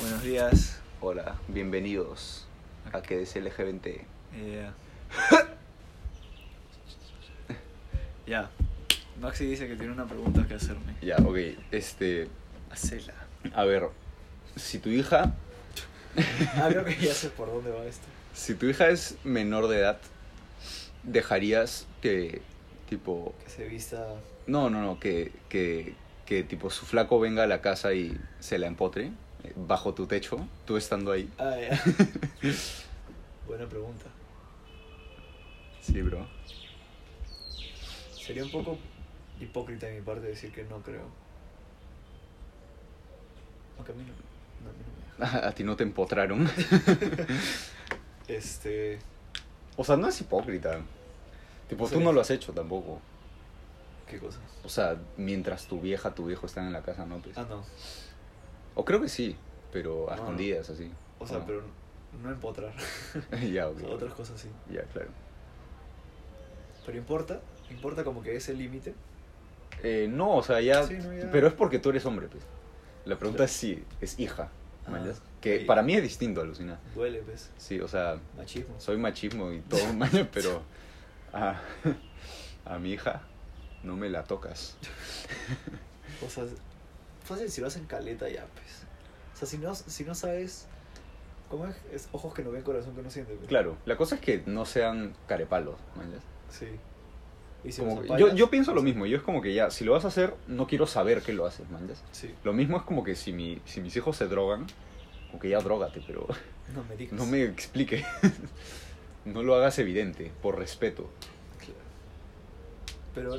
buenos días. Hola, bienvenidos a que es LGBT. Yeah. Ya. Maxi dice que tiene una pregunta que hacerme. Ya, ok. Este, Hacela. a ver, si tu hija, Ah, creo que ya sé por dónde va esto. si tu hija es menor de edad, dejarías que, tipo, Que se vista. no, no, no, que, que, que tipo su flaco venga a la casa y se la empotre eh, bajo tu techo, tú estando ahí. Ah, ya. Buena pregunta. Sí, bro. Sería un poco hipócrita de mi parte decir que no creo. Aunque a mí no, no, a mí no me deja. A ti no te empotraron. Este. O sea, no es hipócrita. Tipo, Sí. tú no lo has hecho tampoco. ¿Qué cosa? O sea, mientras tu vieja, tu viejo están en la casa, ¿no? Pues. Ah, no. O creo que sí, pero a Ah, No, escondidas, así. O sea, Ah. No. pero no empotrar. ya, O ok. sea, otras cosas sí. Ya, claro. Pero importa. Importa como que ese límite. Eh, no, o sea, ya, Sí, no, ya. Pero es porque tú eres hombre, pues. La pregunta es si es hija. Ah, ¿mayas? que ok. para mí es distinto, alucina. Duele, pues. Sí, o sea, Machismo. soy machismo y todo, mayas, pero a, a mi hija no me la tocas. O sea, fácil si lo hacen caleta ya, pues. O sea, si no, si no sabes. ¿Cómo es? Es ojos que no ven, corazón que no siente. pues. Claro, la cosa es que no sean carepalos, mayas. Sí. Y si Como nos que- apañas- yo, yo pienso lo mismo, yo es como que ya, si lo vas a hacer, no quiero saber que lo haces, mayas. Sí, Lo mismo es como que si, mi, si mis hijos se drogan, como que ya drogate, pero no me digas. no me explique. no lo hagas evidente, por respeto. Claro. Pero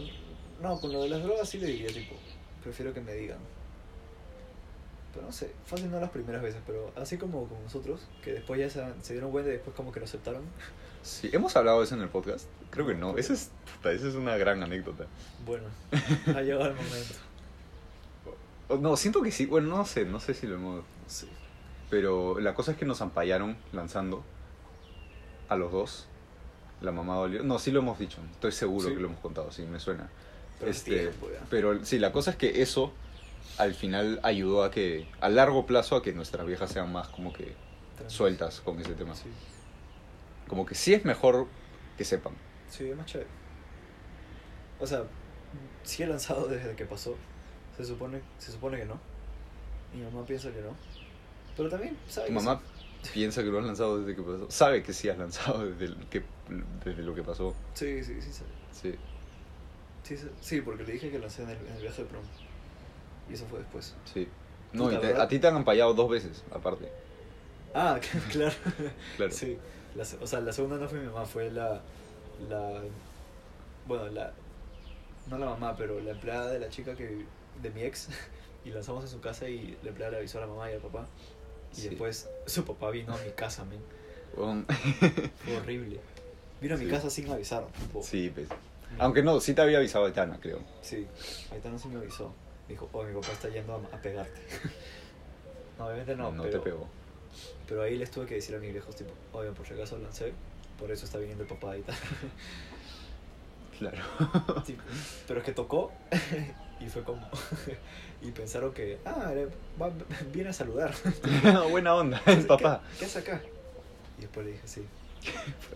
no, con lo de las drogas sí le diría, tipo, prefiero que me digan. Pero no sé, fácil no las primeras veces, pero así como con nosotros, que después ya se, se dieron cuenta y después como que lo aceptaron. Sí, ¿Hemos hablado de eso en el podcast? Creo que no. Esa es, puta, esa es una gran anécdota. Bueno, ha llegado el momento. O- Oh, No, siento que sí. Bueno, no sé, no sé si lo hemos... Sí. Pero la cosa es que nos ampallaron lanzando a los dos. La mamá dolió. No, sí lo hemos dicho. Estoy seguro Sí. que lo hemos contado, sí, me suena. Pero Este, este... tiempo ya. Pero sí, la cosa es que eso al final ayudó a que, a largo plazo, a que nuestras viejas sean más como que Tranquilos. sueltas con ese tema. Sí. Como que sí es mejor que sepan. sí, es más chévere. O sea, sí he lanzado desde que pasó. Se supone, se supone que no. Mi mamá piensa que no. Pero también sabe Tu que mamá piensa que lo has lanzado desde que pasó. Sabe que sí has lanzado desde, el que, desde lo que pasó. Sí, sí, sí, sí. sabe. Sí. Sí, sí, sí, porque le dije que lancé en el, en el viaje de prom. Y eso fue después. Sí. No, Puta, y te- ¿verdad? a ti te han ampallado dos veces, aparte. Ah, claro. Claro. Sí. La se- o sea, la segunda no fue mi mamá, fue la. la bueno, la. No la mamá, pero la empleada de la chica que de mi ex. Y lanzamos en su casa y la empleada le avisó a la mamá y al papá. Y Sí. después su papá vino a mi casa, men. Huevón. Fue horrible. Vino a mi Sí. casa sin avisar. tipo. Sí, pues. Aunque no, sí te había avisado de Tana, creo. Sí, Aitana sí me avisó. Me dijo, oh, mi papá está yendo a, a pegarte. no, obviamente no, No, no pero, te pegó. pero ahí les tuve que decir a mis viejos, tipo, oigan, por si acaso lancé, por eso está viniendo el papá y tal. Claro. Tipo, pero es que tocó y fue como... y pensaron que, ah, era- va- viene a saludar. Buena onda, el papá. ¿Qué, qué hace acá? Y después le dije, sí.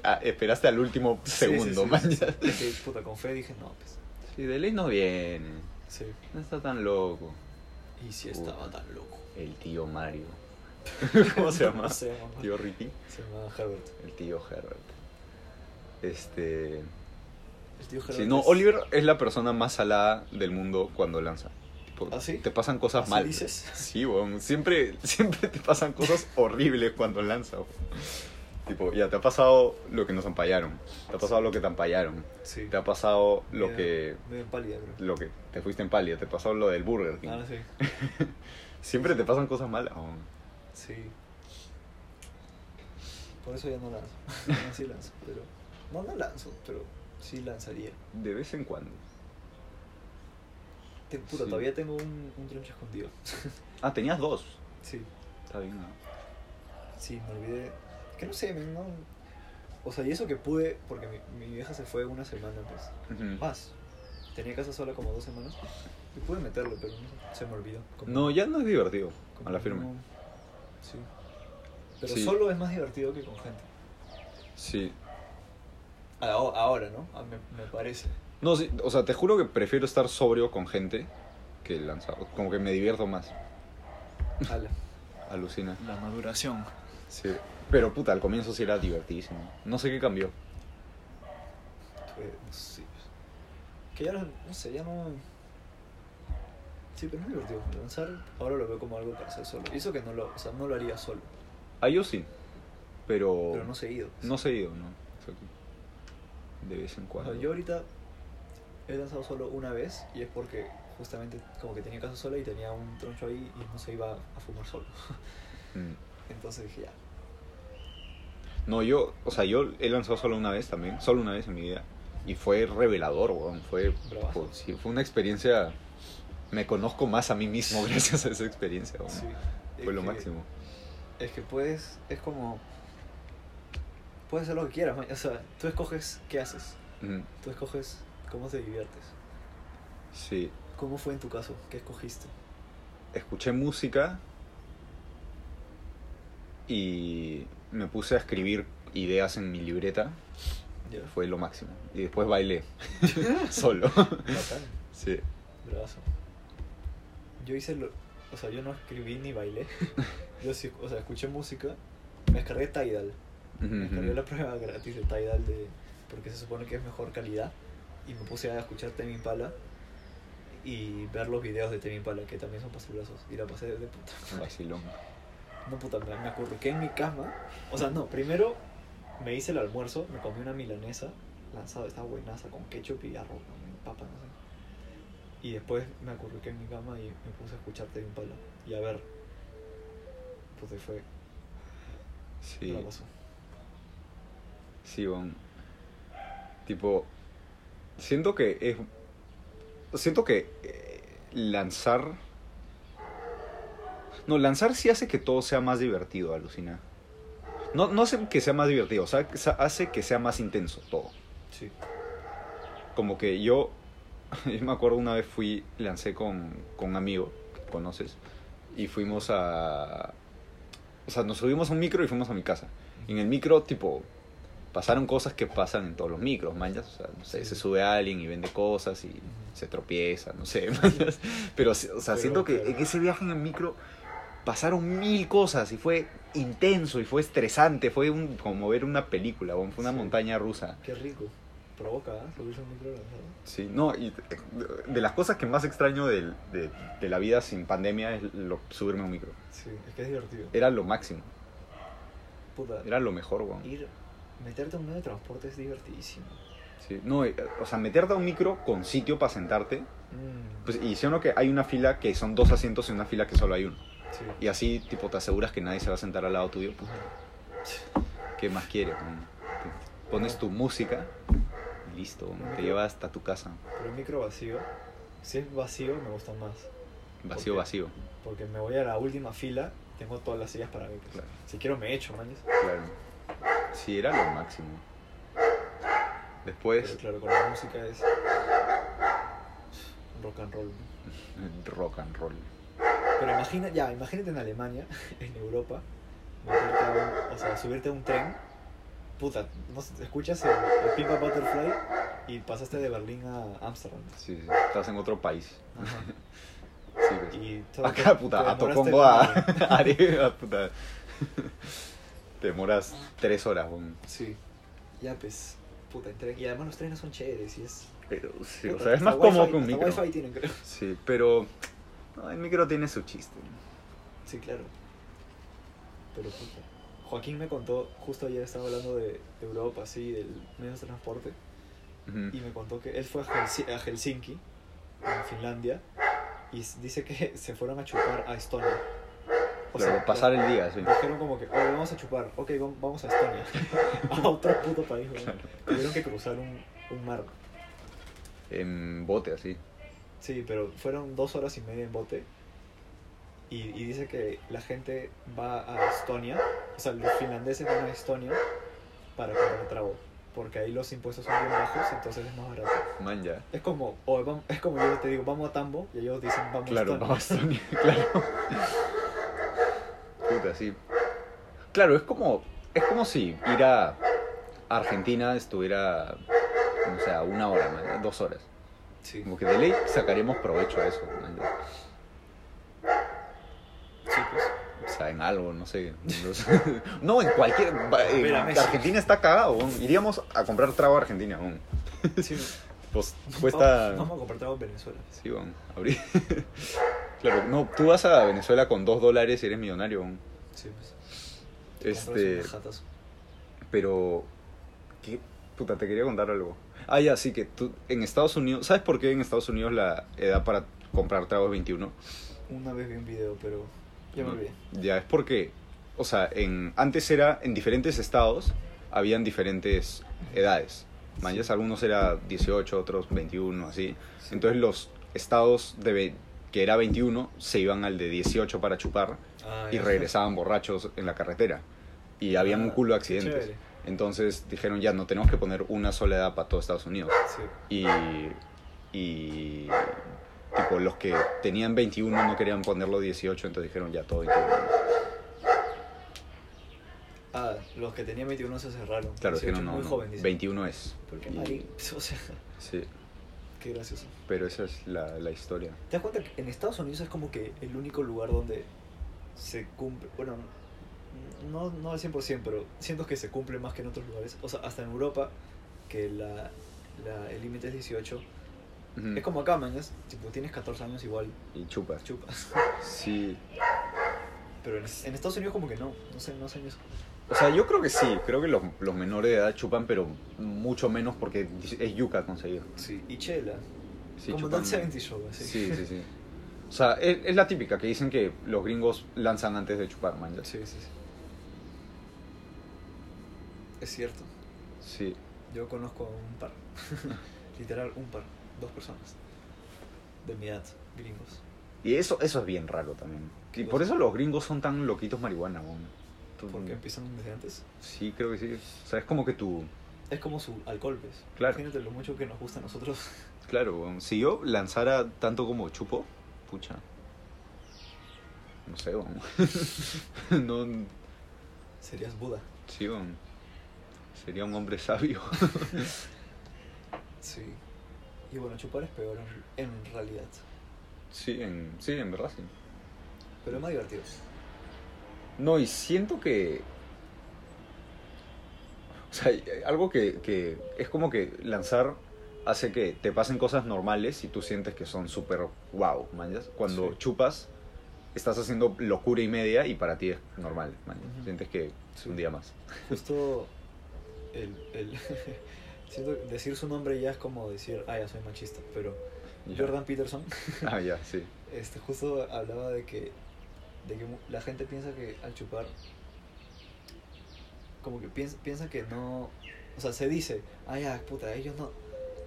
Ah, esperaste al último segundo, sí, sí, sí, man. sí, sí, puta, con fe dije, no, pues, Sí, de ley no viene. sí. No está tan loco. Y sí estaba tan loco. El tío Mario. ¿Cómo se llama? No sé, mamá. Tío Ricky. Se llama Herbert. El tío Herbert. Este. El tío Herbert Sí, no, es- Oliver es la persona más salada del mundo cuando lanza. Tipo, ¿Ah, sí? Te pasan cosas ¿Así mal. dices? Sí, weón. Siempre, siempre te pasan cosas horribles cuando lanza. weón. Tipo, ya te ha pasado lo que nos ampallaron. Te ha pasado lo que te ampallaron. Sí. Te ha pasado lo Medio- que. medio pálida, creo. Lo que te fuiste en palia, te pasó lo del Burger King. Ah, sí. Siempre te pasan cosas malas. weón. Sí. Por eso ya no lanzo. No, sí lanzo, pero. No, no lanzo, pero sí lanzaría. De vez en cuando. Te- puta, Sí. todavía tengo un, un troncho escondido. Ah, tenías dos. Sí. Está bien, ¿no? Sí, me olvidé. Que no sé, men, no. O sea, y eso que pude, porque mi, mi vieja se fue una semana, pues. Ujú. Más. Tenía casa sola como dos semanas. Y pude meterlo, pero no sé, se me olvidó. Como- No, ya no es divertido. como A la firme. no- Sí. Pero Sí. solo es más divertido que con gente. Sí. A- Ahora, ¿no? A- Me, me parece. No, sí, o sea, te juro que prefiero estar sobrio con gente que lanzado. Como que me divierto más. Ala. Alucina. La maduración. Sí. Pero puta, al comienzo sí era divertidísimo. No sé qué cambió. Pues, sí. Que ya no, no sé, ya no. Sí, pero no es divertido. Lanzar ahora lo veo como algo para hacer solo. Y eso que no lo, o sea, no lo haría solo. Ah, yo sí. Pero. Pero no seguido. Oh. No seguido, no. Exacto. De vez en O sea, cuando. yo ahorita he lanzado solo una vez y es porque justamente como que tenía casa sola y tenía un troncho ahí y no se iba a fumar solo. Mm. Entonces dije ya. No, yo, o sea, yo he lanzado solo una vez también, solo una vez en mi vida. Y fue revelador, weón. Fue, Bravazo. fue- sí, fue una experiencia. Me conozco más a mí mismo gracias a esa experiencia, weón. Sí. Fue Es lo que- máximo. Es que puedes, es como. Puedes hacer lo que quieras, man. o sea, tú escoges qué haces, Mm, tú escoges cómo te diviertes. Sí. ¿Cómo fue en tu caso? ¿Qué escogiste? Escuché música. Y me puse a escribir ideas en mi libreta. Ya. Fue lo máximo. Y después bailé. solo. Bacán, Sí. bravazo. Yo hice lo. O sea, yo no escribí ni bailé. Yo sí, o sea, escuché música. Me descargué Tidal. Ujú, Me descargué la ujú. prueba gratis de Tidal de. Porque se supone que es mejor calidad. Y me puse a escuchar Tame Impala. Y ver los videos de Tame Impala, que también son pasilazos. Y la pasé de puta madre. Vacilón. No, puta, me, me acurruqué en mi cama. O sea, no, primero me hice el almuerzo, me comí una milanesa, lanzada, estaba buenaza, con ketchup y arroz, ¿no? papa, no sé. Y después me acurruqué en mi cama y me puse a escucharte de un palo. Y a ver, pues ahí fue, Sí. la pasó. Sí, weón. Tipo, siento que es. Siento que eh, lanzar. No, lanzar sí hace que todo sea más divertido, alucina. No, no hace que sea más divertido, o sea, que sa- hace que sea más intenso todo. Sí. Como que yo. Yo me acuerdo una vez fui, lancé con, con un amigo que conoces y fuimos a. O sea, nos subimos a un micro y fuimos a mi casa. Y en el micro, tipo, pasaron cosas que pasan en todos los micros, manjas. O sea, no sé, Sí. se sube alguien y vende cosas y se tropieza, no sé, manjas. Pero, o sea, Pero, siento que claro. en ese viaje en el micro pasaron mil cosas y fue intenso y fue estresante. Fue un- como ver una película, weón, fue una Sí. montaña rusa. Qué rico. Provoca, ¿eh? Subirse a un micro lanzado. Sí, no, y eh, de las cosas que más extraño del- de, de la vida sin pandemia es lo- subirme a un micro. Sí, es que es divertido. Era lo máximo, Puta, era lo mejor, weón. ir, meterte a un medio de transporte es divertidísimo. Sí, no, eh, o sea, meterte a un micro con sitio para sentarte. Mm, Pues, y si uno que hay una fila que son dos asientos y una fila que solo hay uno. sí. Y así, tipo, te aseguras que nadie se va a sentar al lado tuyo. Puta, ¿Qué más quieres? man? Te Pones tu música y listo, te lleva hasta tu casa. Pero un micro vacío, si es vacío me gusta más. Vacío, Ok. vacío. Porque me voy a la última fila, tengo todas las sillas para mí. pues. Claro. Si quiero me echo, manes. Claro. Sí, era lo máximo. Pero Después, claro, con la música es rock and roll. ¿no? rock and roll. Pero imagina, ya, imagínate en Alemania, en Europa, meterte a un- o sea, subirte a un tren. Puta, no sé, escuchas el, el Pimpa Butterfly y pasaste de Berlín a Ámsterdam. Sí, sí, estás en otro país. Ajá. Sí, pues. Y solo te- Acá, te puta, a ah. demoraste Tocombo a como- a Areva, puta. Te demoras tres horas, weón. Sí. Ya, pues, puta, en tren. Y además los trenes son chéveres y es Pero, sí, o Puta, sea, es hasta más cómodo wifi- que un hasta micro. wifi tienen, creo. Sí, pero no, el micro tiene su chiste. Sí, claro. Pero puta. Joaquín me contó, justo ayer estaba hablando de Europa, así, del medio de transporte, Ujú. y me contó que él fue a, Helsi- a Helsinki, en Finlandia, y s- dice que se fueron a chupar a Estonia. Pero pasar el día, sí. la- Dijeron como que, oye, vamos a chupar, ok, vam- vamos a Estonia, a otro puto país, weón. Tuvieron que cruzar un, un mar. En bote, así. Sí, pero fueron dos horas y media en bote. Y, y dice que la gente va a Estonia, o sea, los finlandeses van a Estonia para comprar trago. Porque ahí los impuestos son bien bajos, entonces es más barato. Man, ya. Es como, o vam- es como yo te digo, vamos a Tambo, y ellos dicen, vamos Claro, a Estonia. vamos a Estonia, claro. puta, sí. Claro, es como, es como si ir a Argentina estuviera, no sé, a una hora, man, dos horas. Sí. Como que de ley sacaremos provecho a eso, man. Sí, pues. O sea, en algo, no sé. No sé. No, en cualquier... va- en- Espérame. Argentina está cagado, weón. Iríamos a comprar trago a Argentina, weón. Sí, Pues cuesta... Vamos, vamos a comprar trago en Venezuela. Sí, weón. Abrí. Claro, no, tú vas a Venezuela con dos dólares y eres millonario, weón. Sí, pues. Este, Jatas. pero... ¿Qué? Puta, te quería contar algo. Ah, ya, sí, que tú... En Estados Unidos... ¿Sabes por qué en Estados Unidos la edad para comprar trago es 21? Una vez vi un video, pero ya me No. olvidé. Ya, es porque, o sea, en, antes era, en diferentes estados habían diferentes edades. Mañas, algunos era 18, otros 21, así. Entonces los estados de, ve- que era 21 se iban al de 18 para chupar Ah, y ya. Ah, regresaban borrachos en la carretera. Y habían un culo de accidentes. Chévere. Entonces dijeron, ya, no tenemos que poner una sola edad para todo Estados Unidos. Sí. Y, y tipo, los que tenían 21 no querían ponerlo 18, entonces dijeron ya todo 21. Ah, los que tenían 21 se cerraron. 18, Claro, dijeron no, muy no, joven, dice. 21 es. ¿Por qué Y- Mari? O sea, Sí, qué gracioso. pero esa es la, la historia. ¿Te das cuenta que en Estados Unidos es como que el único lugar donde se cumple, bueno, no, no al 100%, pero siento que se cumple más que en otros lugares. O sea, hasta en Europa, que la, la- el límite es 18. Ujú. Es como acá, mañas, tipo tienes 14 años igual, Y chupas. chupas. Sí. Pero en, en Estados Unidos como que no, no sé, no sé eso. O sea, yo creo que sí, creo que los, los menores de edad chupan, pero mucho menos porque es yuca conseguir. Sí, y chela. Sí, como chupan- Dance 70 Show, así. Sí, sí, sí. O sea, es, es la típica que dicen que los gringos lanzan antes de chupar, man. ya. Sí, sí, sí. Es cierto. Sí. Yo conozco a un par. Literal, un par. Dos personas. De mi edad, gringos. Y eso, eso es bien raro también. Y por eso los gringos son tan loquitos marihuana, weón. Tú- Porque empiezan desde antes. Sí, creo que sí. O sea, es como que tú... Es como su alcohol, ¿ves? Claro. Imagínate lo mucho que nos gusta a nosotros. Claro, weón, si yo lanzara tanto como chupo, pucha. No sé, weón. no, Serías Buda. sí, weón. Sería un hombre sabio. Sí. Y bueno, chupar es peor en, en realidad. sí, en, sí, en verdad, sí. Pero es más divertido. No, y siento que... O sea, hay- hay algo que, que es como que lanzar hace que te pasen cosas normales y tú sientes que son súper wow, mañas. Cuando Sí. chupas, estás haciendo locura y media y para ti es normal, mañas. Ujú. Sientes que es Sí. un día más. Justo el... el siento que decir su nombre ya es como decir, ah, ya soy machista. Pero Ya. Jordan Peterson Ah, ya, sí. Este, justo hablaba de que, de que mu- la gente piensa que al chupar, como que piensa, piensa que no, o sea, se dice, ay, ya, puta, ellos no,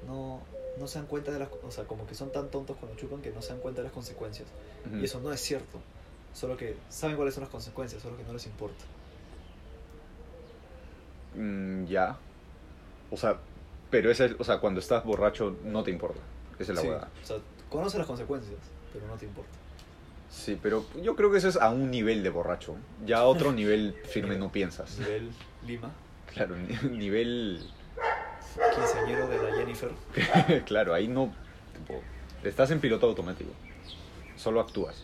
no, no se dan cuenta de las, co- o sea, como que son tan tontos cuando chupan que no se dan cuenta de las consecuencias. Ujú. Y eso no es cierto, solo que saben cuáles son las consecuencias, solo que no les importa. Mm, ya. O sea, pero ese, o sea, cuando estás borracho no te importa. Esa es la Sí, huevada. o sea, conoce las consecuencias, pero no te importa. Sí, pero yo creo que eso es a un nivel de borracho. Ya a otro nivel firme no piensas. Nivel Lima, Claro, ni- nivel... quinceañero de la Jennifer. claro, ahí no... tipo, estás en piloto automático. Solo actúas.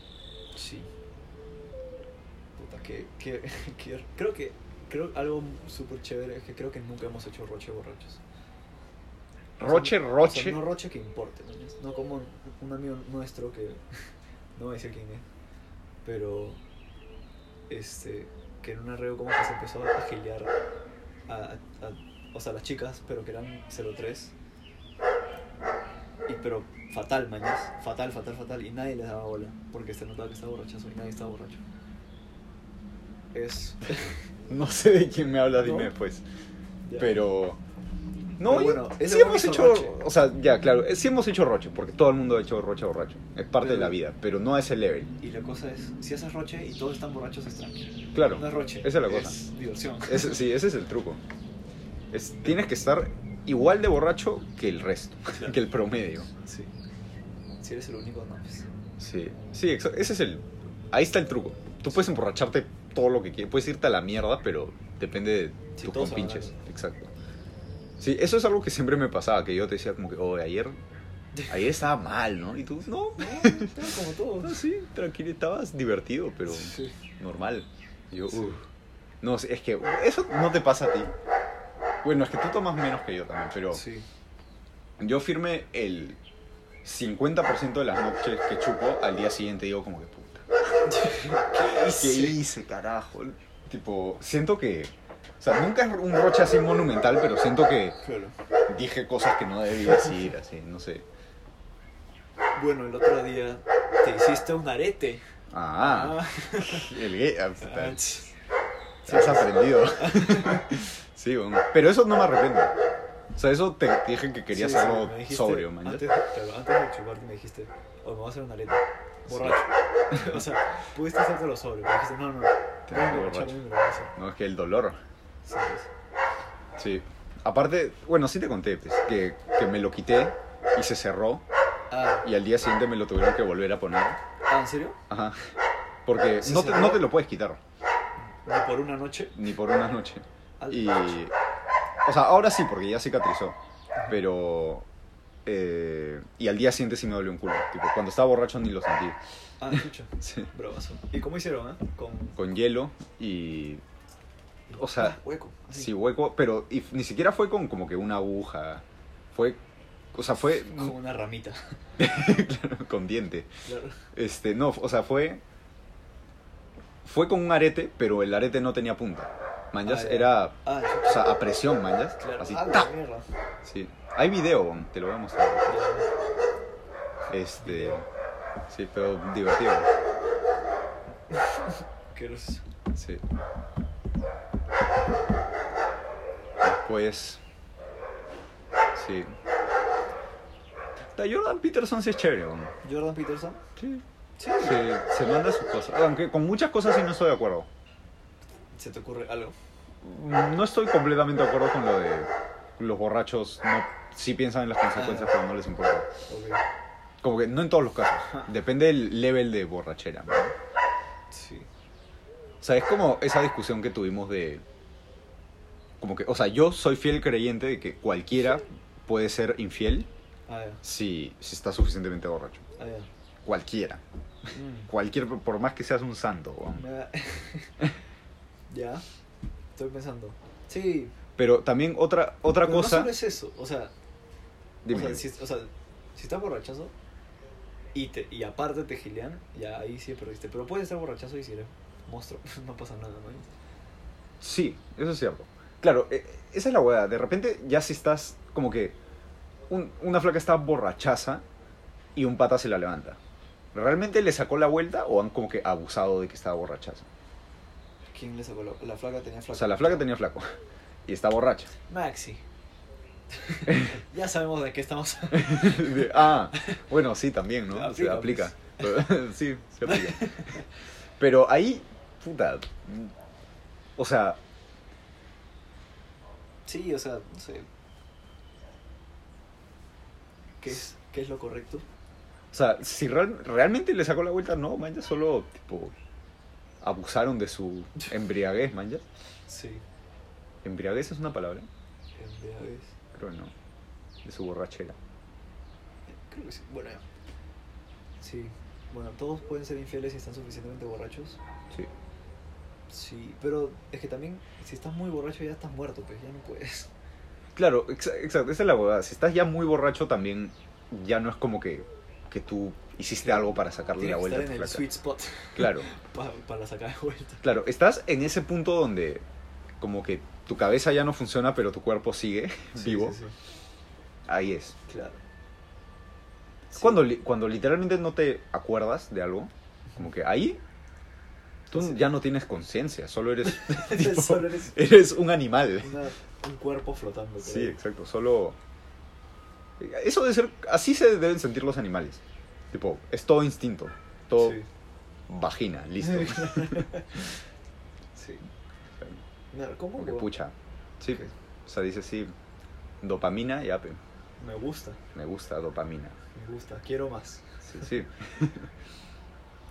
Sí. Puta, que, que, que- creo que creo algo súper chévere es que creo que nunca hemos hecho roche borrachos. O sea, Roche, no- o sea, roche. no roche que importe, ¿no? no como un amigo nuestro que no voy a decir quién es, pero este que en un arreo como que se empezó a giliar a, a- a- o sea, las chicas, pero que eran 03. Y pero fatal, mañas, fatal, fatal, fatal y nadie les daba bola porque se notaba que estaba borrachazo y nadie estaba borracho. Es No sé de quién me hablas, dime No. después. ya. Pero... No, Pero yo- bueno, ese sí huevón hemos hizo hecho, roche. o sea, ya, claro, eh, sí hemos hecho roche, porque todo el mundo ha hecho roche borracho. Es parte de Pero- la vida, pero no a ese level. Y la cosa es, si haces roche y todos están borrachos es tranquilo. Claro, No es roche. esa es la cosa. Es diversión. Ese- sí, ese es el truco. Es- tienes que estar igual de borracho que el resto, que el promedio. Sí. Si eres el único, no. pues. Sí, sí, exa- ese es el... Ahí está el truco. Tú puedes emborracharte todo lo que quieras. Puedes irte a la mierda, pero depende de Sí, tus todos se van a compinches. la mierda. Exacto. Sí, eso es algo que siempre me pasaba, que yo te decía como que, oh, ayer, ayer estaba mal, ¿no? Y tú, no, Pero como no, todos. sí, tranquilo, estabas divertido, pero uh, Sí. normal. Y yo, uff. No, es que eso no te pasa a ti. Bueno, es que tú tomas menos que yo también, pero Sí. yo firme el 50% de las noches que chupo, al día siguiente digo como que puta. ¿Qué hice? carajo? Tipo, siento que... O sea, nunca es un roche así monumental, pero siento que Claro. dije cosas que no debía decir, así, no sé. Bueno, el otro día te hiciste un arete. Ah, el gay... ah, puta. Ah, ch- Sí, has aprendido. sí, bueno. Pero eso no me arrepiento. O sea, eso te dije que querías sí, sí, algo me dijiste- sobrio, man. Antes, claro, antes de chuparte me dijiste, oh, me voy a hacer un arete. Borracho. o sea, pudiste hacértelo sobrio. pero dijiste, no, no, no. Te voy a hago emborracharme borracho. y me lo voy a hacer. No, es que el dolor. Sí, pues. Sí. Aparte, bueno, sí te conté, pues, que, que me lo quité y se cerró Ah, y al día siguiente me lo tuvieron que volver a poner. ah, ¿en serio? Ajá. Porque ¿Se no, te, cerró? no te lo puedes quitar, ¿Ni por una noche? ni por una noche. Al- Y. O sea, ahora sí, porque ya cicatrizó. Pero. eh, y al día siguiente sí me dolió un culo. Tipo, cuando estaba borracho ni lo sentí. Ah, escucha. Sí. Bravazo. ¿Y cómo hicieron, eh? Con... con hielo y o sea, Ah, hueco. así. sí hueco, pero y f- ni siquiera fue con como que una aguja, fue, o sea, fue Como una ramita. claro, con diente, Claro. este, no, o sea, fue, fue con un arete, pero el arete no tenía punta, manjas, Ah, ya. era, Ah, o sea, a presión, manjas, claro. así, ah, la ¡tac! mierda. sí, hay video, te lo voy a mostrar, este, sí, pero divertido, ¿Qué eres? sí, después, sí, la Jordan Peterson sí es chévere, weón. Jordan Peterson. Sí. Sí. Se, se manda sus cosas. Aunque con muchas cosas sí no estoy de acuerdo. ¿Se te ocurre algo? No estoy completamente de acuerdo con lo de los borrachos no, sí piensan en las consecuencias, pero no les importa. Ok. Como que no en todos los casos. Depende del level de borrachera. ¿no? O Sí. sea, es como esa discusión que tuvimos de. Como que, o sea, yo soy fiel creyente de que cualquiera puede ser infiel Ah, ya. si, si está suficientemente borracho. Ah, ya. Cualquiera. Mm. Cualquier, por más que seas un santo. weón. Me da- ya. Estoy pensando. Sí. Pero también otra, otra pero cosa. No solo es eso. O sea, Dime. O sea, si, o sea, si estás borrachazo y, te, y aparte te gilean, ya ahí sí perdiste. Pero puedes estar borrachazo y si eres monstruo, no pasa nada, ¿no? Sí, eso es cierto. Claro, e- esa es la hueá. De repente ya si estás como que un- una flaca está borrachaza y un pata se la levanta. ¿Realmente le sacó la vuelta o han como que abusado de que estaba borrachaza? ¿Quién le sacó la, la flaca? Tenía flaca. O sea, la flaca tenía flaco y está borracha. Maxi. ya sabemos de qué estamos De- ah, bueno, Ah, sí, también, ¿no? se Aplica, aplica. sí, se aplica. Pero ahí, puta. O sea, Sí, o sea, no sé. ¿Qué es, qué es lo correcto? O sea, si real- realmente le sacó la vuelta, no, man, ya solo, tipo, abusaron de su embriaguez, man, ya. Sí, ¿Embriaguez es una palabra? en vez. Creo que no. De su borrachera. Creo que sí. Bueno, ya. Sí. Bueno, todos pueden ser infieles si están suficientemente borrachos. Sí. Sí, pero es que también, si estás muy borracho ya estás muerto, pues ya no puedes. Claro, exa- exacto, esa es la verdad. Si estás ya muy borracho también, ya no es como que, que tú hiciste algo para sacarle Tienes la que vuelta estar a en tu el flaca. sweet spot Claro, pa- para sacar de vuelta. claro. Estás en ese punto donde como que tu cabeza ya no funciona, pero tu cuerpo sigue vivo. Sí, sí, Ahí es. sí. Claro. Sí. Cuando, li- cuando literalmente no te acuerdas de algo, como que ahí tú Sí. ya no tienes conciencia, solo eres, tipo, Solo eres eres un animal. una- un cuerpo flotando. Este. Sí, creo. exacto, solo... Eso debe ser, así se deben sentir los animales. Tipo, es todo instinto, todo Sí. vagina, listo. sí. Mira, ¿Cómo? Como que huevón? pucha. Sí, Ok. o sea, dice sí, dopamina, ya, pe, Me gusta, me gusta dopamina. me gusta, quiero más. Sí, sí.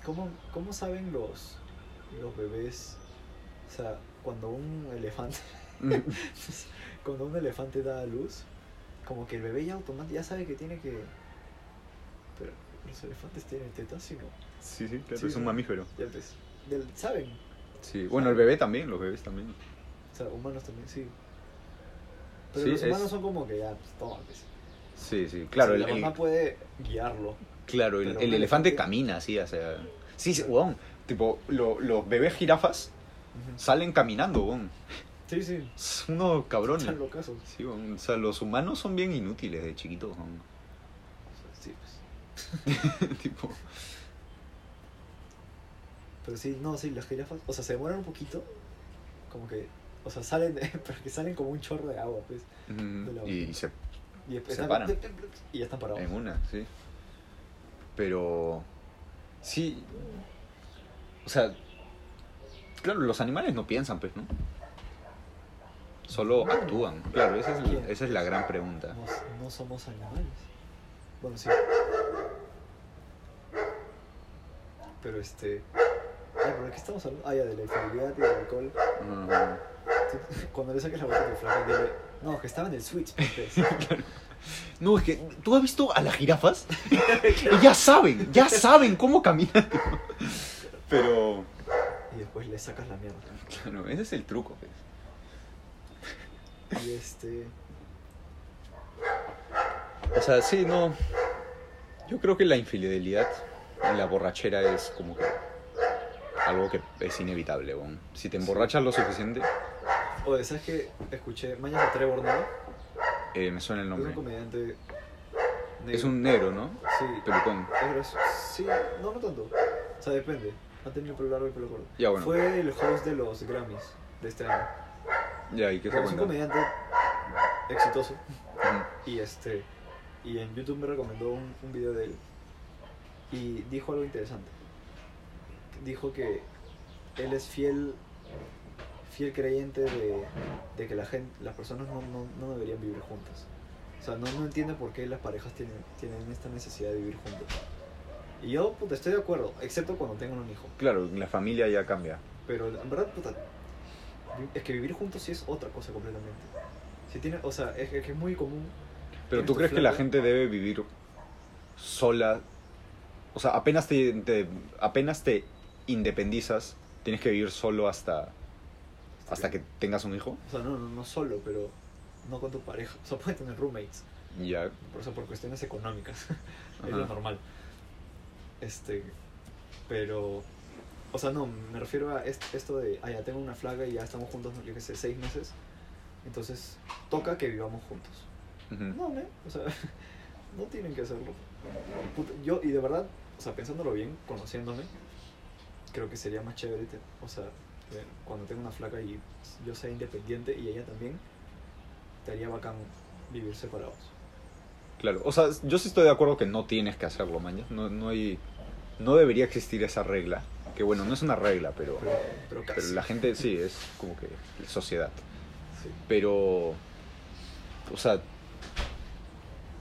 ¿Cómo, cómo saben los, los bebés O sea, cuando un elefante cuando un elefante da a luz, como que el bebé ya automáticamente ya sabe que tiene que. Pero los elefantes tienen tetas, ¿sí no? Sí, sí, claro, Sí, es un sí. mamífero. Ya pues. del- saben. Sí, bueno, el bebé también, los bebés también. O sea, humanos también, sí. Pero Sí, los humanos es- son como que ya, pues, toma, pues. Sí, sí, claro. O sea, el, la el- mamá puede guiarlo. claro, el, pero el un elefante elefante- camina así, o sea... Sí, sí, weón. Tipo, lo- los bebés jirafas salen caminando, weón. Sí, sí. Es unos cabrones. Están locazos. Sí, weón, o sea, los humanos son bien inútiles de chiquitos, weón. Sí, pues. tipo, Pero sí, no, sí, las jirafas, o sea, se demoran un poquito, como que, o sea, salen, pero que salen como un chorro de agua, pues. mm, y, se Y después Se están- paran. Y ya están parados. en una, sí. Pero sí, o sea, claro, los animales no piensan, pues, ¿no? Solo actúan. Claro, esa es, la- esa es la gran pregunta. No, no somos animales. Bueno, sí. Pero este. Ay, ¿pero de qué estamos hablando? Ah, ya, de la infidelidad y del alcohol. Ah, Tú, Cuando le saques la botella de flaco, dile. No, que estaba en el switch. pues. antes". No, es que tú has visto a las jirafas. ya saben, ya saben cómo caminan. Pero y después le sacas la mierda. claro, ese es el truco, pues. Y este. O sea, sí, no. Yo creo que la infidelidad en la borrachera es como que algo que es inevitable, weón. Si te emborrachas lo suficiente, Oye, ¿sabes qué? Escuché mañana a Trevor Noah. eh, me suena el Es un nombre. comediante. negro. Es un negro, ¿no? Sí, Pelucón. es gracioso. Sí, no, no tanto. O sea, depende. Ha tenido el pelo largo y el pelo corto. Ya, bueno. Fue el host de los Grammys de este año. Ya, ¿y qué se Porque es un cuenta? comediante exitoso. Ujú. Y este. Y en YouTube me recomendó un, un video de él. Y dijo algo interesante. Dijo que él es fiel. Fiel creyente de, de que la gente, las personas no, no, no deberían vivir juntas. O sea, no, no entiende por qué las parejas tienen, tienen esta necesidad de vivir juntas. Y yo, puta, estoy de acuerdo, excepto cuando tengan un hijo. Claro, la familia ya cambia. Pero en verdad, puta, vi- es que vivir juntos sí es otra cosa completamente. Si tiene, o sea, es, es que es muy común. Pero Tienes tú tu crees que la flaca. gente debe vivir sola. O sea, apenas te, te- apenas te independizas, tienes que vivir solo hasta, hasta que tengas un hijo. O sea, no, no, no solo, pero no con tu pareja. O sea, puedes tener roommates, Ya. por eso por cuestiones económicas. es Ajá. lo normal. Este, pero, o sea, no, me refiero a est- esto de, ah, ya tengo una flaga y ya estamos juntos, no, yo qué sé, seis meses. Entonces, toca que vivamos juntos. Ujú. No, men, o sea, no tienen que hacerlo. Puta, yo, y de verdad, o sea, pensándolo bien, conociéndome, creo que sería más chévere, te- o sea, que cuando tengo una flaca y yo sea independiente y ella también, estaría bacán vivir separados. Claro, o sea, yo sí estoy de acuerdo que no tienes que hacerlo, mañana. No, no hay. No debería existir esa regla. Que bueno, no es una regla, pero. Pero, pero casi. Pero la gente sí, es como que sociedad. Sí. Pero. O sea.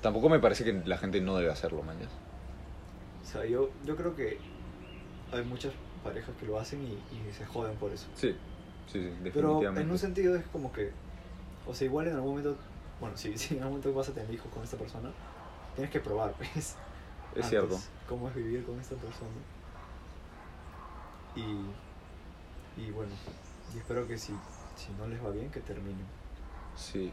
Tampoco me parece que la gente no debe hacerlo, mañana. O sea, yo, yo creo que hay muchas parejas que lo hacen y, y se joden por eso. Sí, sí, sí, Pero en un definitivamente. sentido es como que, o sea, igual en algún momento, bueno, si, si en algún momento vas a tener hijos con esta persona, tienes que probar, pues. es antes, cierto. cómo es vivir con esta persona. Y, y bueno, y espero que si, si no les va bien, que terminen. Sí.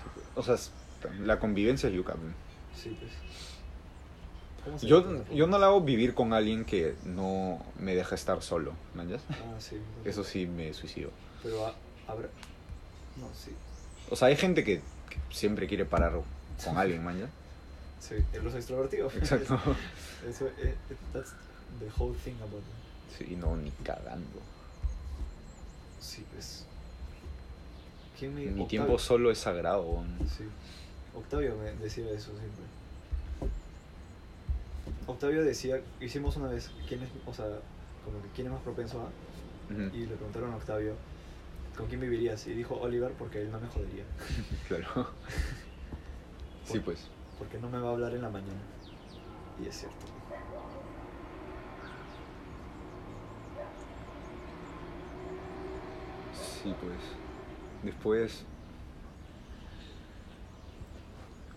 Sí, O sea, es- la convivencia es yuca. man. Sí, pues. ¿Cómo se Yo, llama esta yo no forma? la hago vivir con alguien que no me deja estar solo, mañana. Ah, sí. bueno. Eso sí me suicido. Pero ha- habrá... No, sí. O sea, hay gente que, que siempre quiere parar con alguien, man, ¿ya? Sí, eh, los extrovertidos. Exacto. Eso, eh, eh, that's the whole thing about them. Sí, no, ni cagando. Sí, pues. ¿Quién me Mi Octavio- tiempo solo es sagrado. weón. Sí. Octavio me decía eso siempre. Octavio decía, hicimos una vez, ¿quién es, o sea, como que quién es más propenso a? Ujú, Y le preguntaron a Octavio, ¿con quién vivirías? Y dijo Oliver porque él no me jodería, Claro. Sí, pues. porque no me va a hablar en la mañana. Y es cierto. Sí, pues. Después.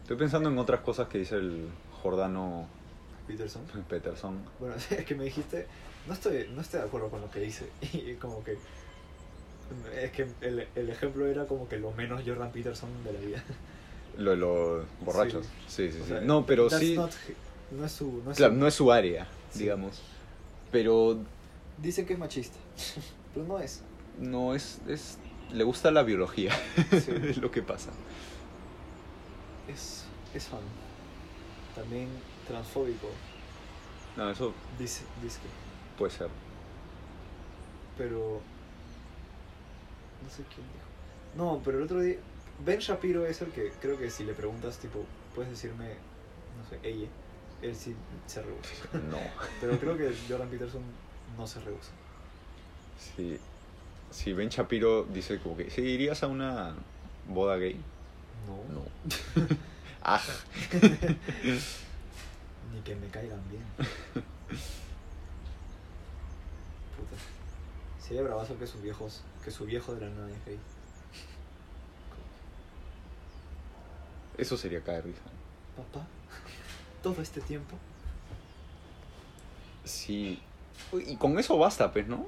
Estoy pensando en otras cosas que dice el Jordano Peterson. Peterson. Bueno, es que me dijiste, no estoy, no estoy de acuerdo con lo que dice. Y como que. Es que el, el ejemplo era como que lo menos Jordan Peterson de la vida. Lo de los borrachos. Sí, sí, sí. O sea, no, pero that's sí. not hi- no es su. No es Claro, su- no es su área, Sí. digamos. Pero Dicen que es machista. Pero no es. no es, es. Le gusta la biología, Sí. es lo que pasa. es. Es fan. También transfóbico. No, eso Dice, dice que. puede ser. Pero. No sé quién dijo. No, pero el otro día. Ben Shapiro es el que creo que si le preguntas, tipo, puedes decirme, no sé, ella, él sí se rehúsa. No. Pero creo que Jordan Peterson no se rehúsa. Sí. Si Ben Shapiro dice como que, ¿sí irías a una boda gay? No, No. Ah, Aj. Ni que me caigan bien. Puta. Sería bravazo que su viejo, que su viejo de la nada es gay. Eso sería caer risa. Papá, todo este tiempo. Sí. Y con eso basta, pues, ¿no?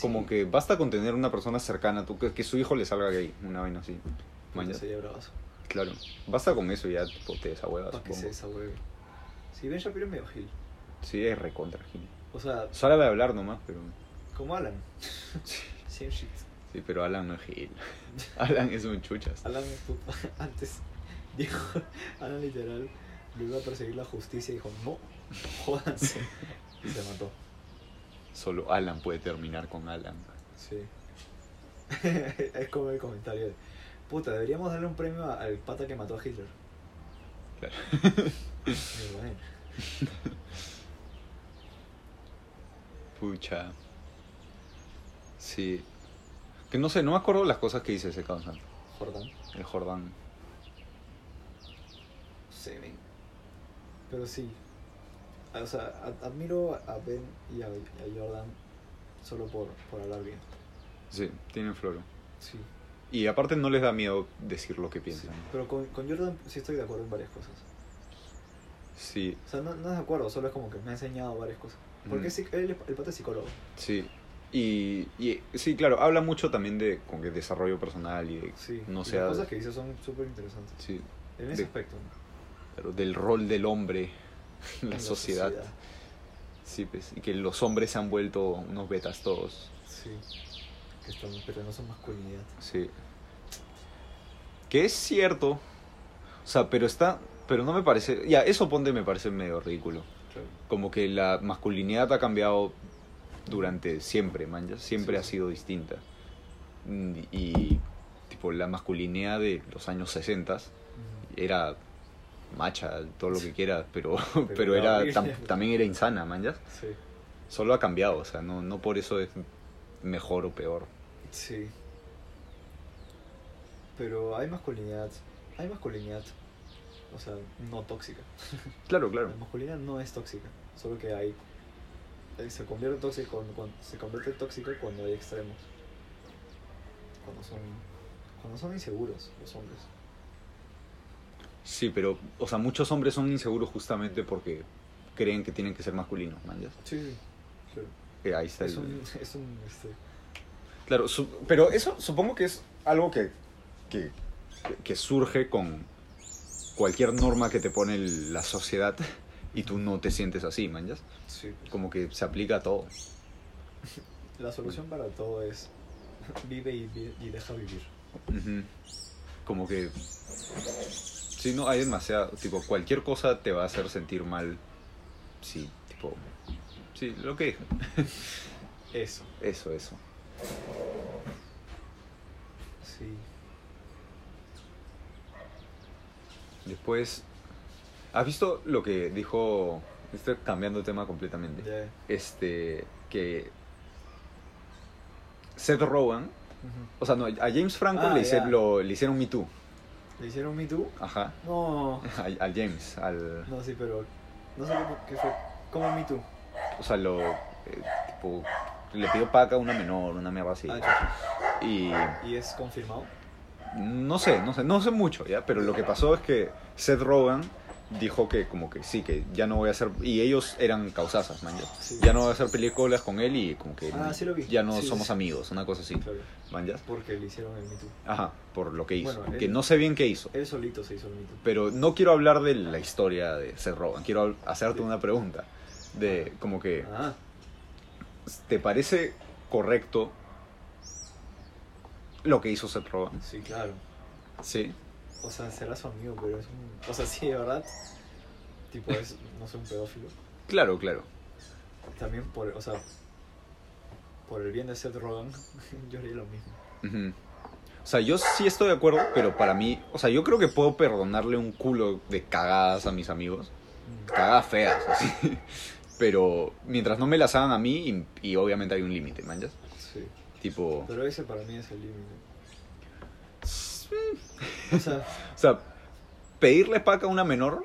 Como que basta con tener una persona cercana a tú, que, que su hijo le salga gay, una vaina así. Mañana Mañana. sería bravazo. Claro. Basta con eso y ya tipo, te desahuevas, Para que se Ah, supongo. desahueve. Si Ben Shapiro es medio gil. Sí, es recontra. Gil. O sea, Solo de hablar nomás, pero. como Alan. Same shit. Sí, pero Alan no es Gil. Alan es un chuchas. Alan puta, antes dijo, Alan literal lo iba a perseguir la justicia y dijo, no, jódanse. Y se mató. Solo Alan puede terminar con Alan. Sí. es como el comentario de, puta, deberíamos darle un premio a- al pata que mató a Hitler. Claro. Y yo, "Bueno". Pucha. Sí. Que no sé, no me acuerdo las cosas que dice ese cabrón. Jordan. El Jordán. Sí, men. Pero sí. Ah, O sea, ad- admiro a Ben y a, y a Jordan solo por, por hablar bien. Sí, tienen floro. Sí. Y aparte no les da miedo decir lo que piensan. Pero con, con Jordan sí estoy de acuerdo en varias cosas. Sí, O sea, no, no es de acuerdo, solo es como que me ha enseñado varias cosas. Porque Mm. sí, él es- el pata es psicólogo. sí. Y, y- sí, claro, habla mucho también de con que desarrollo personal y de, Sí. No Y sea- Las cosas que dice son súper interesantes. sí, En ese De- aspecto. ¿no? claro, del rol del hombre en la, En sociedad. Sí, pues, y que los hombres se han vuelto unos betas todos. Sí. Que están, pero no son masculinidad. Sí. Que es cierto. O sea, pero está. Pero no me parece. Ya, eso ponte me parece medio ridículo. Claro. Como que la masculinidad ha cambiado durante siempre, man. ya Siempre Sí, ha sí. sido distinta. Mm, Y. Tipo, la masculinidad de los años 60 era macha, todo lo que quieras, pero, pero, era era horrible. tam- también era insana, man. ya Sí. Solo ha cambiado, o sea, no, no por eso es mejor o peor. Sí. Pero hay masculinidad. Hay masculinidad. O sea, no tóxica. Claro, claro. La masculinidad no es tóxica. Solo que hay. eh, Se convierte tóxico cuando, cuando- se convierte tóxica cuando hay extremos. Cuando son. Cuando son inseguros los hombres. Sí, pero, o sea, muchos hombres son inseguros justamente porque creen que tienen que ser masculinos, man. ya. Sí, sí. Claro. Eh, ahí está Es el... un. Es un este, Claro, su- pero eso supongo que es algo que, que, que surge con cualquier norma que te pone el- la sociedad y tú no te sientes así, man. ya. sí. Como que se aplica a todo. La solución para todo es. Vive y, vi- y deja vivir. Ujú. Como que... Sí, no, hay demasiado... Tipo, cualquier cosa te va a hacer sentir mal. Sí, tipo... Sí, lo que dije. Eso. Eso, eso. Sí. Después, ¿has visto lo que dijo? Estoy cambiando de tema completamente. Ya. Este, que Seth Rowan, Ujú. o sea, no, a James Franco Ah, le, hice- ya. lo- le hicieron Me Too. ¿Le hicieron Me Too? Ajá. No. Al, al James, al. No, sí, pero. No sé qué- qué fue. ¿Cómo Me Too? O sea, lo. eh, tipo, le pido paca a una menor, una mierda así. Ah, chucha. Y ¿Y es confirmado? no sé, no sé, no sé mucho, ¿ya? Pero lo que pasó es que Seth Rogen dijo que como que sí, que ya no voy a hacer... Y ellos eran causazas, man, ya. Sí. Ya no voy a hacer películas con él y como que Ah, sí lo vi. ya no Sí, sí, somos sí. amigos, una cosa así, Claro. man, ya. Porque le hicieron el Me Too. Ajá, por lo que hizo. Bueno, él- que no sé bien qué hizo. Él solito se hizo el Me Too. Pero no quiero hablar de la historia de Seth Rogen, quiero hab- hacerte Sí. una pregunta. De como que, Ah, ¿te parece correcto lo que hizo Seth Rogen? sí, claro. Sí. O sea, será su amigo, pero es un... O sea, sí, de verdad. Tipo, es, no sé, un pedófilo. Claro, claro. También por, o sea, por el bien de Seth Rogen, yo haría lo mismo. Ujú. O sea, yo sí estoy de acuerdo, pero para mí, o sea, yo creo que puedo perdonarle un culo de cagadas a mis amigos. Mm. Cagadas feas, así. Pero mientras no me las hagan a mí, y, y obviamente hay un límite, manjas. Sí. Tipo. Pero ese para mí es el límite. O sea, O sea, pedirle paca a una menor,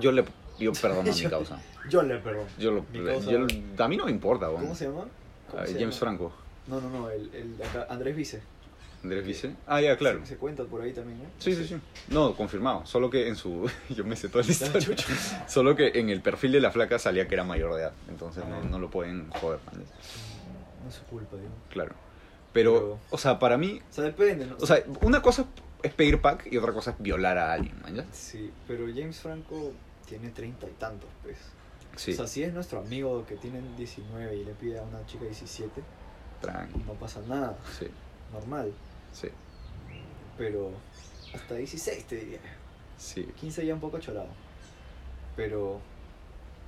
yo le yo perdono mi causa. yo le perdono. Yo lo, Mi causa- yo lo- a mí no me importa, weón. ¿Cómo se llama? ¿Cómo Ah, se James llama? Franco. No, no, no, el, el de acá, Andrés Vice. Andrés Vice. Ah, ya, claro. Se, se cuenta por ahí también, ¿eh? Sí, sí, sí. No, confirmado. Solo que en su. Yo me sé toda la Está historia. chucho. Solo que en el perfil de la flaca salía que era mayor de edad. Entonces no, Ah. no lo pueden joder, man. No es su culpa, digo. Claro. Pero, Pero- o sea, para mí. O sea, depende, ¿no? O sea, una cosa es pedir pack y otra cosa es violar a alguien, man. sí, pero James Franco tiene treinta y tantos, pues. Sí, O sea, si es nuestro amigo que tiene 19 y le pide a una chica 17, tranqui. no pasa nada, Sí, normal. sí, Pero hasta 16 te diría. sí. 15 ya un poco chorado. Pero.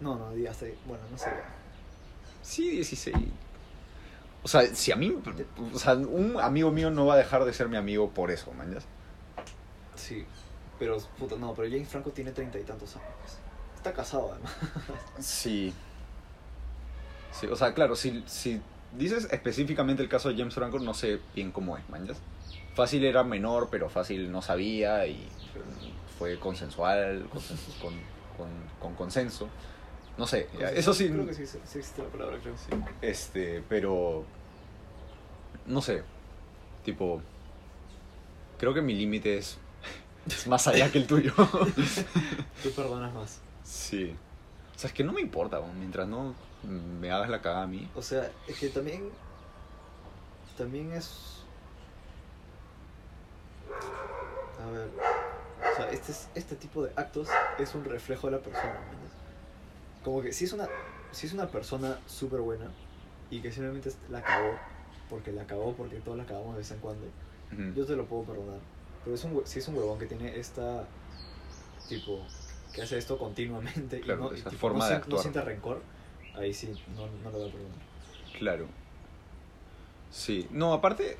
No, no, di- hasta. Bueno, no sé. ya. Sí, 16. O sea, si a mí. O sea, un amigo mío no va a dejar de ser mi amigo por eso, mañas. Sí. Pero, puta, no, pero James Franco tiene treinta y tantos años. Está casado, además. Sí. Sí, o sea, claro, si, si dices específicamente el caso de James Franco, no sé bien cómo es, mañas. Fácil era menor, pero fácil no sabía y fue consensual, consen- con, con- con consenso. No sé, ya, eso sí. Creo que sí, sí existe la palabra, creo. Sí. Este, pero. No sé. Tipo. Creo que mi límite es. es más allá que el tuyo. Tú perdonas más. sí. O sea, es que no me importa, weón, mientras no me hagas la cagada a mí. O sea, es que también. También es. A ver. O sea, este, es- este tipo de actos es un reflejo de la persona, ¿me entiendes? Como que si es una, si es una persona súper buena y que simplemente la acabó, porque la acabó, porque todos la acabamos de vez en cuando, Ujú. yo te lo puedo perdonar. Pero es un, hue- si es un huevón que tiene esta. Tipo. Que hace esto continuamente Claro, y no, y esa tipo, forma no, de sien- no actuar. siente rencor, ahí sí, no, no lo voy a perdonar. Claro. Sí. No, aparte.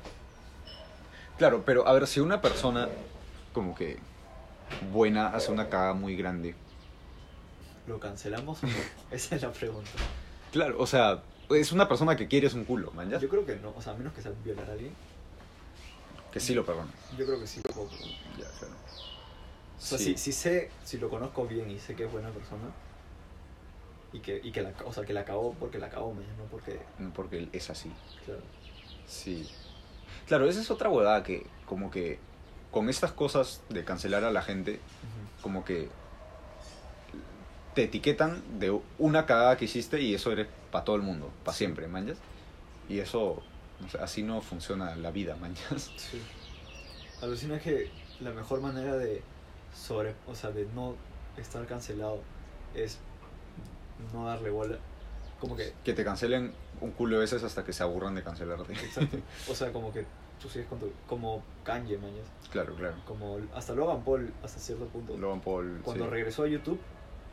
Claro, pero a ver, si una persona como que buena hace una cagada muy grande. ¿Lo cancelamos o no? Esa es la pregunta. Claro, o sea, es una persona que quieres un culo, man. ya, Yo creo que no, o sea, a menos que sea violar a alguien, Que sí lo perdonas. yo creo que sí. lo puedo perdonar. Ya, claro. O sea, si, si sé, si lo conozco bien y sé que es buena persona, y que, y que la, o sea, que la acabó porque la acabó, man, no porque, No, Porque él es así. claro. Sí. Claro, esa es otra huevada que, como que, con estas cosas de cancelar a la gente, como que te etiquetan de una cagada que hiciste y eso eres para todo el mundo, para siempre, manjas. Y eso, no sé, así no funciona la vida, manjas. Sí. Alucina que la mejor manera de sobre, o sea, de no estar cancelado es no darle bola. Como que, Que te cancelen un culo de veces hasta que se aburran de cancelarte. exacto. o sea, como que tú sigues con tu, como Kanye, man, ya. claro, claro. como hasta Logan Paul hasta cierto punto. Logan Paul. Cuando sí. regresó a YouTube,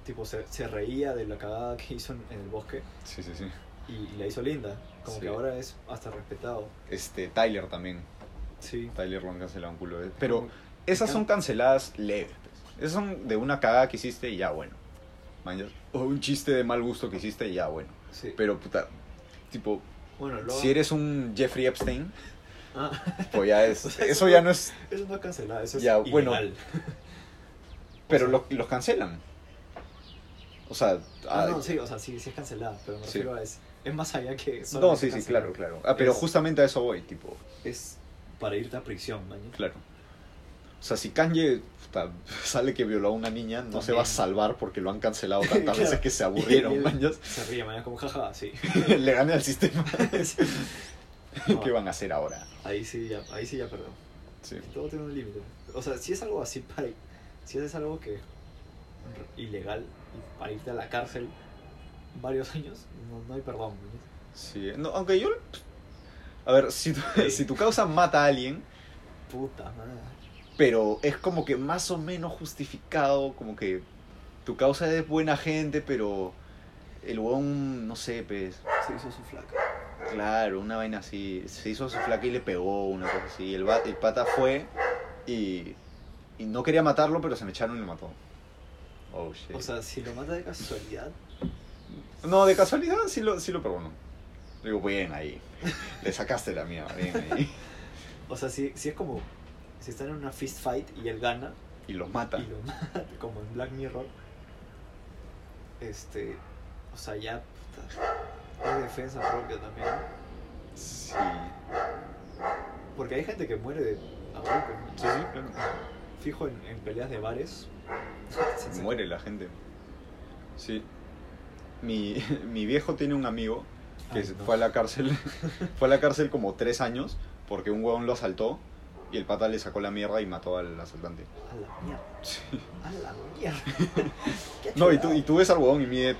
tipo se, se reía de la cagada que hizo en, en el bosque sí, sí, sí. y la hizo linda. Como Sí. que ahora es hasta respetado. Este, Tyler también. Sí. Tyler lo han cancelado un culo de veces. Pero. Como- Esas son canceladas leves. pues. Esas son de una cagada que hiciste y ya bueno. Mañas. O un chiste de mal gusto que hiciste y ya bueno. sí. Pero puta, tipo, bueno, Logan, si eres un Jeffrey Epstein, Ah, pues ya es. O sea, eso eso ya no- no es. eso no es cancelado, eso es Ya, bueno. ilegal. Pero o sea- lo- los cancelan. O sea, Ah, ah, no, sí, o sea, sí, sí es cancelada, pero me Sí. refiero a es Es más allá que solo No, sí, sí, cancelar. claro, claro. Ah, pero Es- justamente a eso voy, tipo, Es para irte a prisión, man. claro. O sea, si Kanye puta, sale que violó a una niña, no se va a También. salvar porque lo han cancelado tantas Claro. veces que se aburrieron, mañas. Se ríe, man, como jaja, sí. Le gané al sistema. No, ¿Qué van a hacer ahora? Ahí sí ya, ahí sí ya perdón. Sí. Todo tiene un límite. O sea, si es algo así para si es algo que es ilegal y para irte a la cárcel varios años, no, no hay perdón. man. Sí, no, aunque yo... A ver, si tu, si tu causa mata a alguien, Puta madre. pero es como que más o menos justificado, como que tu causa es buena gente, pero el huevón, no sé, pues, Se hizo su flaca. claro, una vaina así, se hizo su flaca y le pegó, una cosa así, el, va- el pata fue y, y no quería matarlo, pero se me echaron y lo mató. Oh, shit. O sea, si lo mata de casualidad, no, de casualidad sí lo, sí lo perdono. Digo, bien ahí, le sacaste la mía, bien ahí. o sea, si, si es como si están en una fist fight y él gana Y los mata. y lo mata, como en Black Mirror, este, o sea, ya puta, es defensa propia también. ¿no? Sí. Porque hay gente que muere de a golpe, ¿no? Sí, sí, claro. Fijo en, en peleas de bares. Se muere la gente. Sí. Mi, mi viejo tiene un amigo que Ay, se- no. fue a la cárcel. fue a la cárcel como tres años porque un huevón lo asaltó y el pata le sacó la mierda y mató al asaltante. A la mierda. A la mierda. Qué No, y tú, chulada. y tú ves al huevón y mide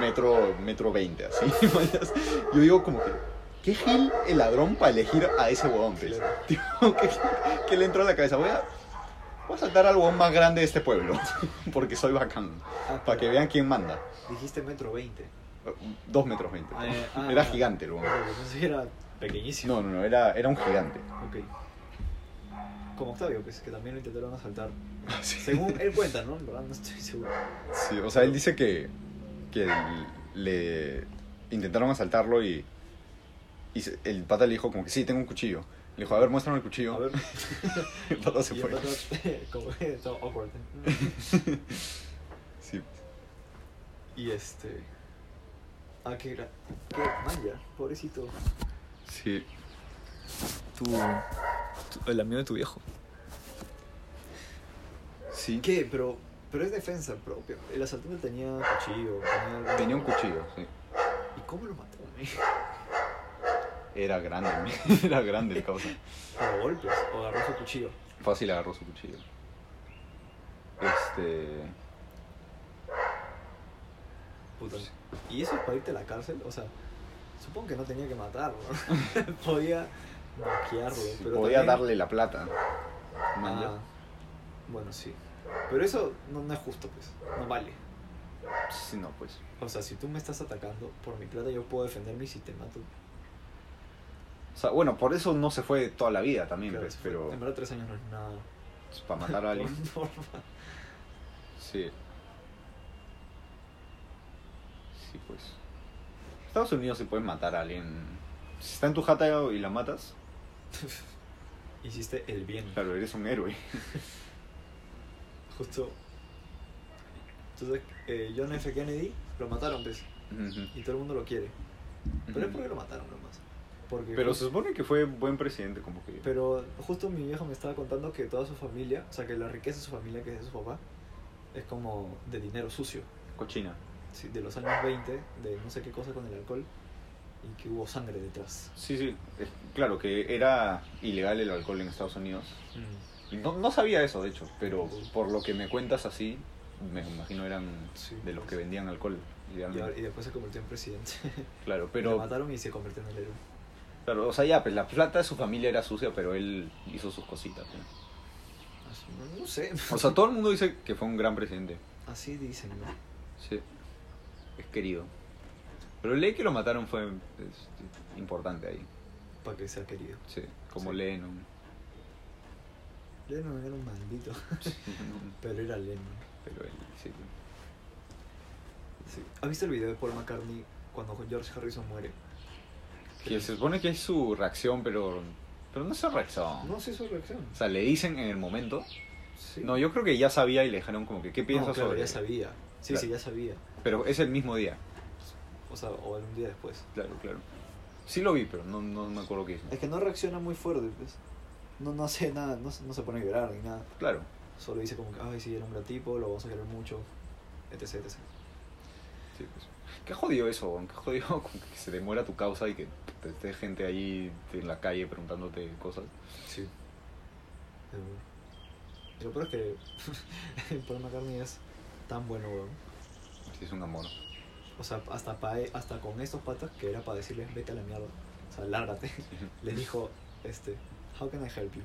metro, metro veinte, así. vayas. Yo digo como que. ¿Qué gil el ladrón para elegir a ese huevón? pues? Claro. Tipo, ¿qué, qué le entró a la cabeza? Voy a, voy a saltar al huevón más grande de este pueblo porque soy bacán. Ah, Para que pero vean quién manda. Dijiste metro 20. Dos metros veinte. Ah, eh, ah, era ah. gigante el huevón. Pero yo pensé que era pequeñísimo. No, no, no, era, era un gigante. Ok. Como Octavio, pues, que también lo intentaron asaltar. Sí, Ah, Según él cuenta, ¿no? En verdad no estoy seguro. Sí, o sea, él dice que, que el- le intentaron asaltarlo y, y se- el pata le dijo como que sí, tengo un cuchillo. Le dijo, a ver, muéstrame el cuchillo. A ver. El pata se y el fue. pato- como que todo awkward. Sí. Y este. Ah, qué gran. Qué malla, pobrecito. Sí. Tu, tu- el amigo de tu viejo. Sí. ¿Qué? Pero, pero es defensa propia. El asaltante tenía cuchillo, tenía algo. Tenía un cuchillo, sí. ¿Y cómo lo mató? eh? men? Era grande, era grande el causa. A golpes, o agarró su cuchillo. Fácil agarró su cuchillo. Este. Puta. ¿Y eso es para irte a la cárcel? O sea, supongo que no tenía que matarlo. ¿no? podía bloquearlo, sí, pero podía también- darle la plata. Man, ya. Ah, bueno, sí. Pero eso no, no es justo, pues. No vale. Sí, no, pues. O sea, si tú me estás atacando por mi plata, yo puedo defenderme y si te mato. O sea, bueno, por eso no se fue toda la vida también, claro, pues, eso fue- pero En verdad, tres años no es nada. para matar a alguien. Por norma. Sí. Sí, pues. Estados Unidos se puede matar a alguien. Si está en tu jata y la matas, Hiciste el bien. claro, eres un héroe. Justo. Entonces, eh, John F. Kennedy lo mataron, pues. Y todo el mundo lo quiere. Pero es porque lo mataron nomás. Porque Pero se justo, supone que fue buen presidente, como que. pero justo mi viejo me estaba contando que toda su familia, o sea, que la riqueza de su familia, que es de su papá, es como de dinero sucio. Cochina. ¿sí? De los años 20, de no sé qué cosa con el alcohol, y que hubo sangre detrás. Sí, sí. Eh, Claro, que era ilegal el alcohol en Estados Unidos. Y No, no sabía eso, de hecho, pero por lo que me cuentas así, me imagino eran Sí, de los pues. que vendían alcohol. Y, ahora- idealmente. y después se convirtió en presidente. Claro, Lo pero mataron y se convirtió en el héroe. Claro, o sea, ya, pues la plata de su familia era sucia, pero él hizo sus cositas. ¿no? Así, no- No sé. O sea, todo el mundo dice que fue un gran presidente. Así dicen, ¿no? Sí. Es querido. Pero el ley que lo mataron fue este, importante ahí. Para que sea querido. Sí. Como Sí. Lennon. Lennon era un maldito. Pero era Lennon. pero él, sí. Sí. ¿Has visto el video de Paul McCartney cuando George Harrison muere? Que se supone que es su reacción, pero. Pero no es su reacción. No sé su reacción. O sea, le dicen en el momento. Sí. No, yo creo que ya sabía y le dijeron como que, ¿qué No, piensas claro, sobre ya sabía. Sí, Claro. sí, ya sabía. Pero es el mismo día. o sea, o algún día después. Claro, claro. Sí lo vi, pero no, no me acuerdo qué hizo. Es que no reacciona muy fuerte, pues. No, no hace nada, no, se- no se pone a llorar ni nada. Claro. Solo dice como que, ay, sí, era un gran tipo, lo vamos a querer mucho, etc, etc. Sí, pues. Qué jodido eso, weón, qué jodido como que se demora tu causa y que te esté gente ahí en la calle preguntándote cosas. Sí. Y lo peor es que Paul McCartney es tan bueno, weón. Sí, es un amor. O sea, hasta, pa- e, hasta con estos patas que era para decirles, vete a la mierda. O sea, lárgate. Les dijo, este, how can I help you?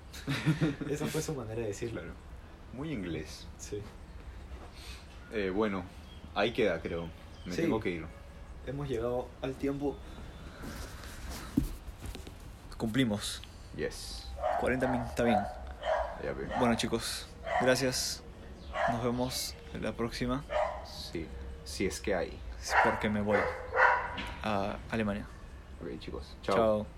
Esa fue su manera de decirlo. Claro. Muy inglés. Sí. Eh, bueno, ahí queda, creo. Me Sí. tengo que ir. Hemos llegado al tiempo. Cumplimos. Yes. 40 minutos, está bien. Ya veo. Bueno, chicos, gracias. Nos vemos en la próxima. Sí. Si Pues, es que hay. Porque me voy a Alemania. Ok, chicos. Chao. Chao.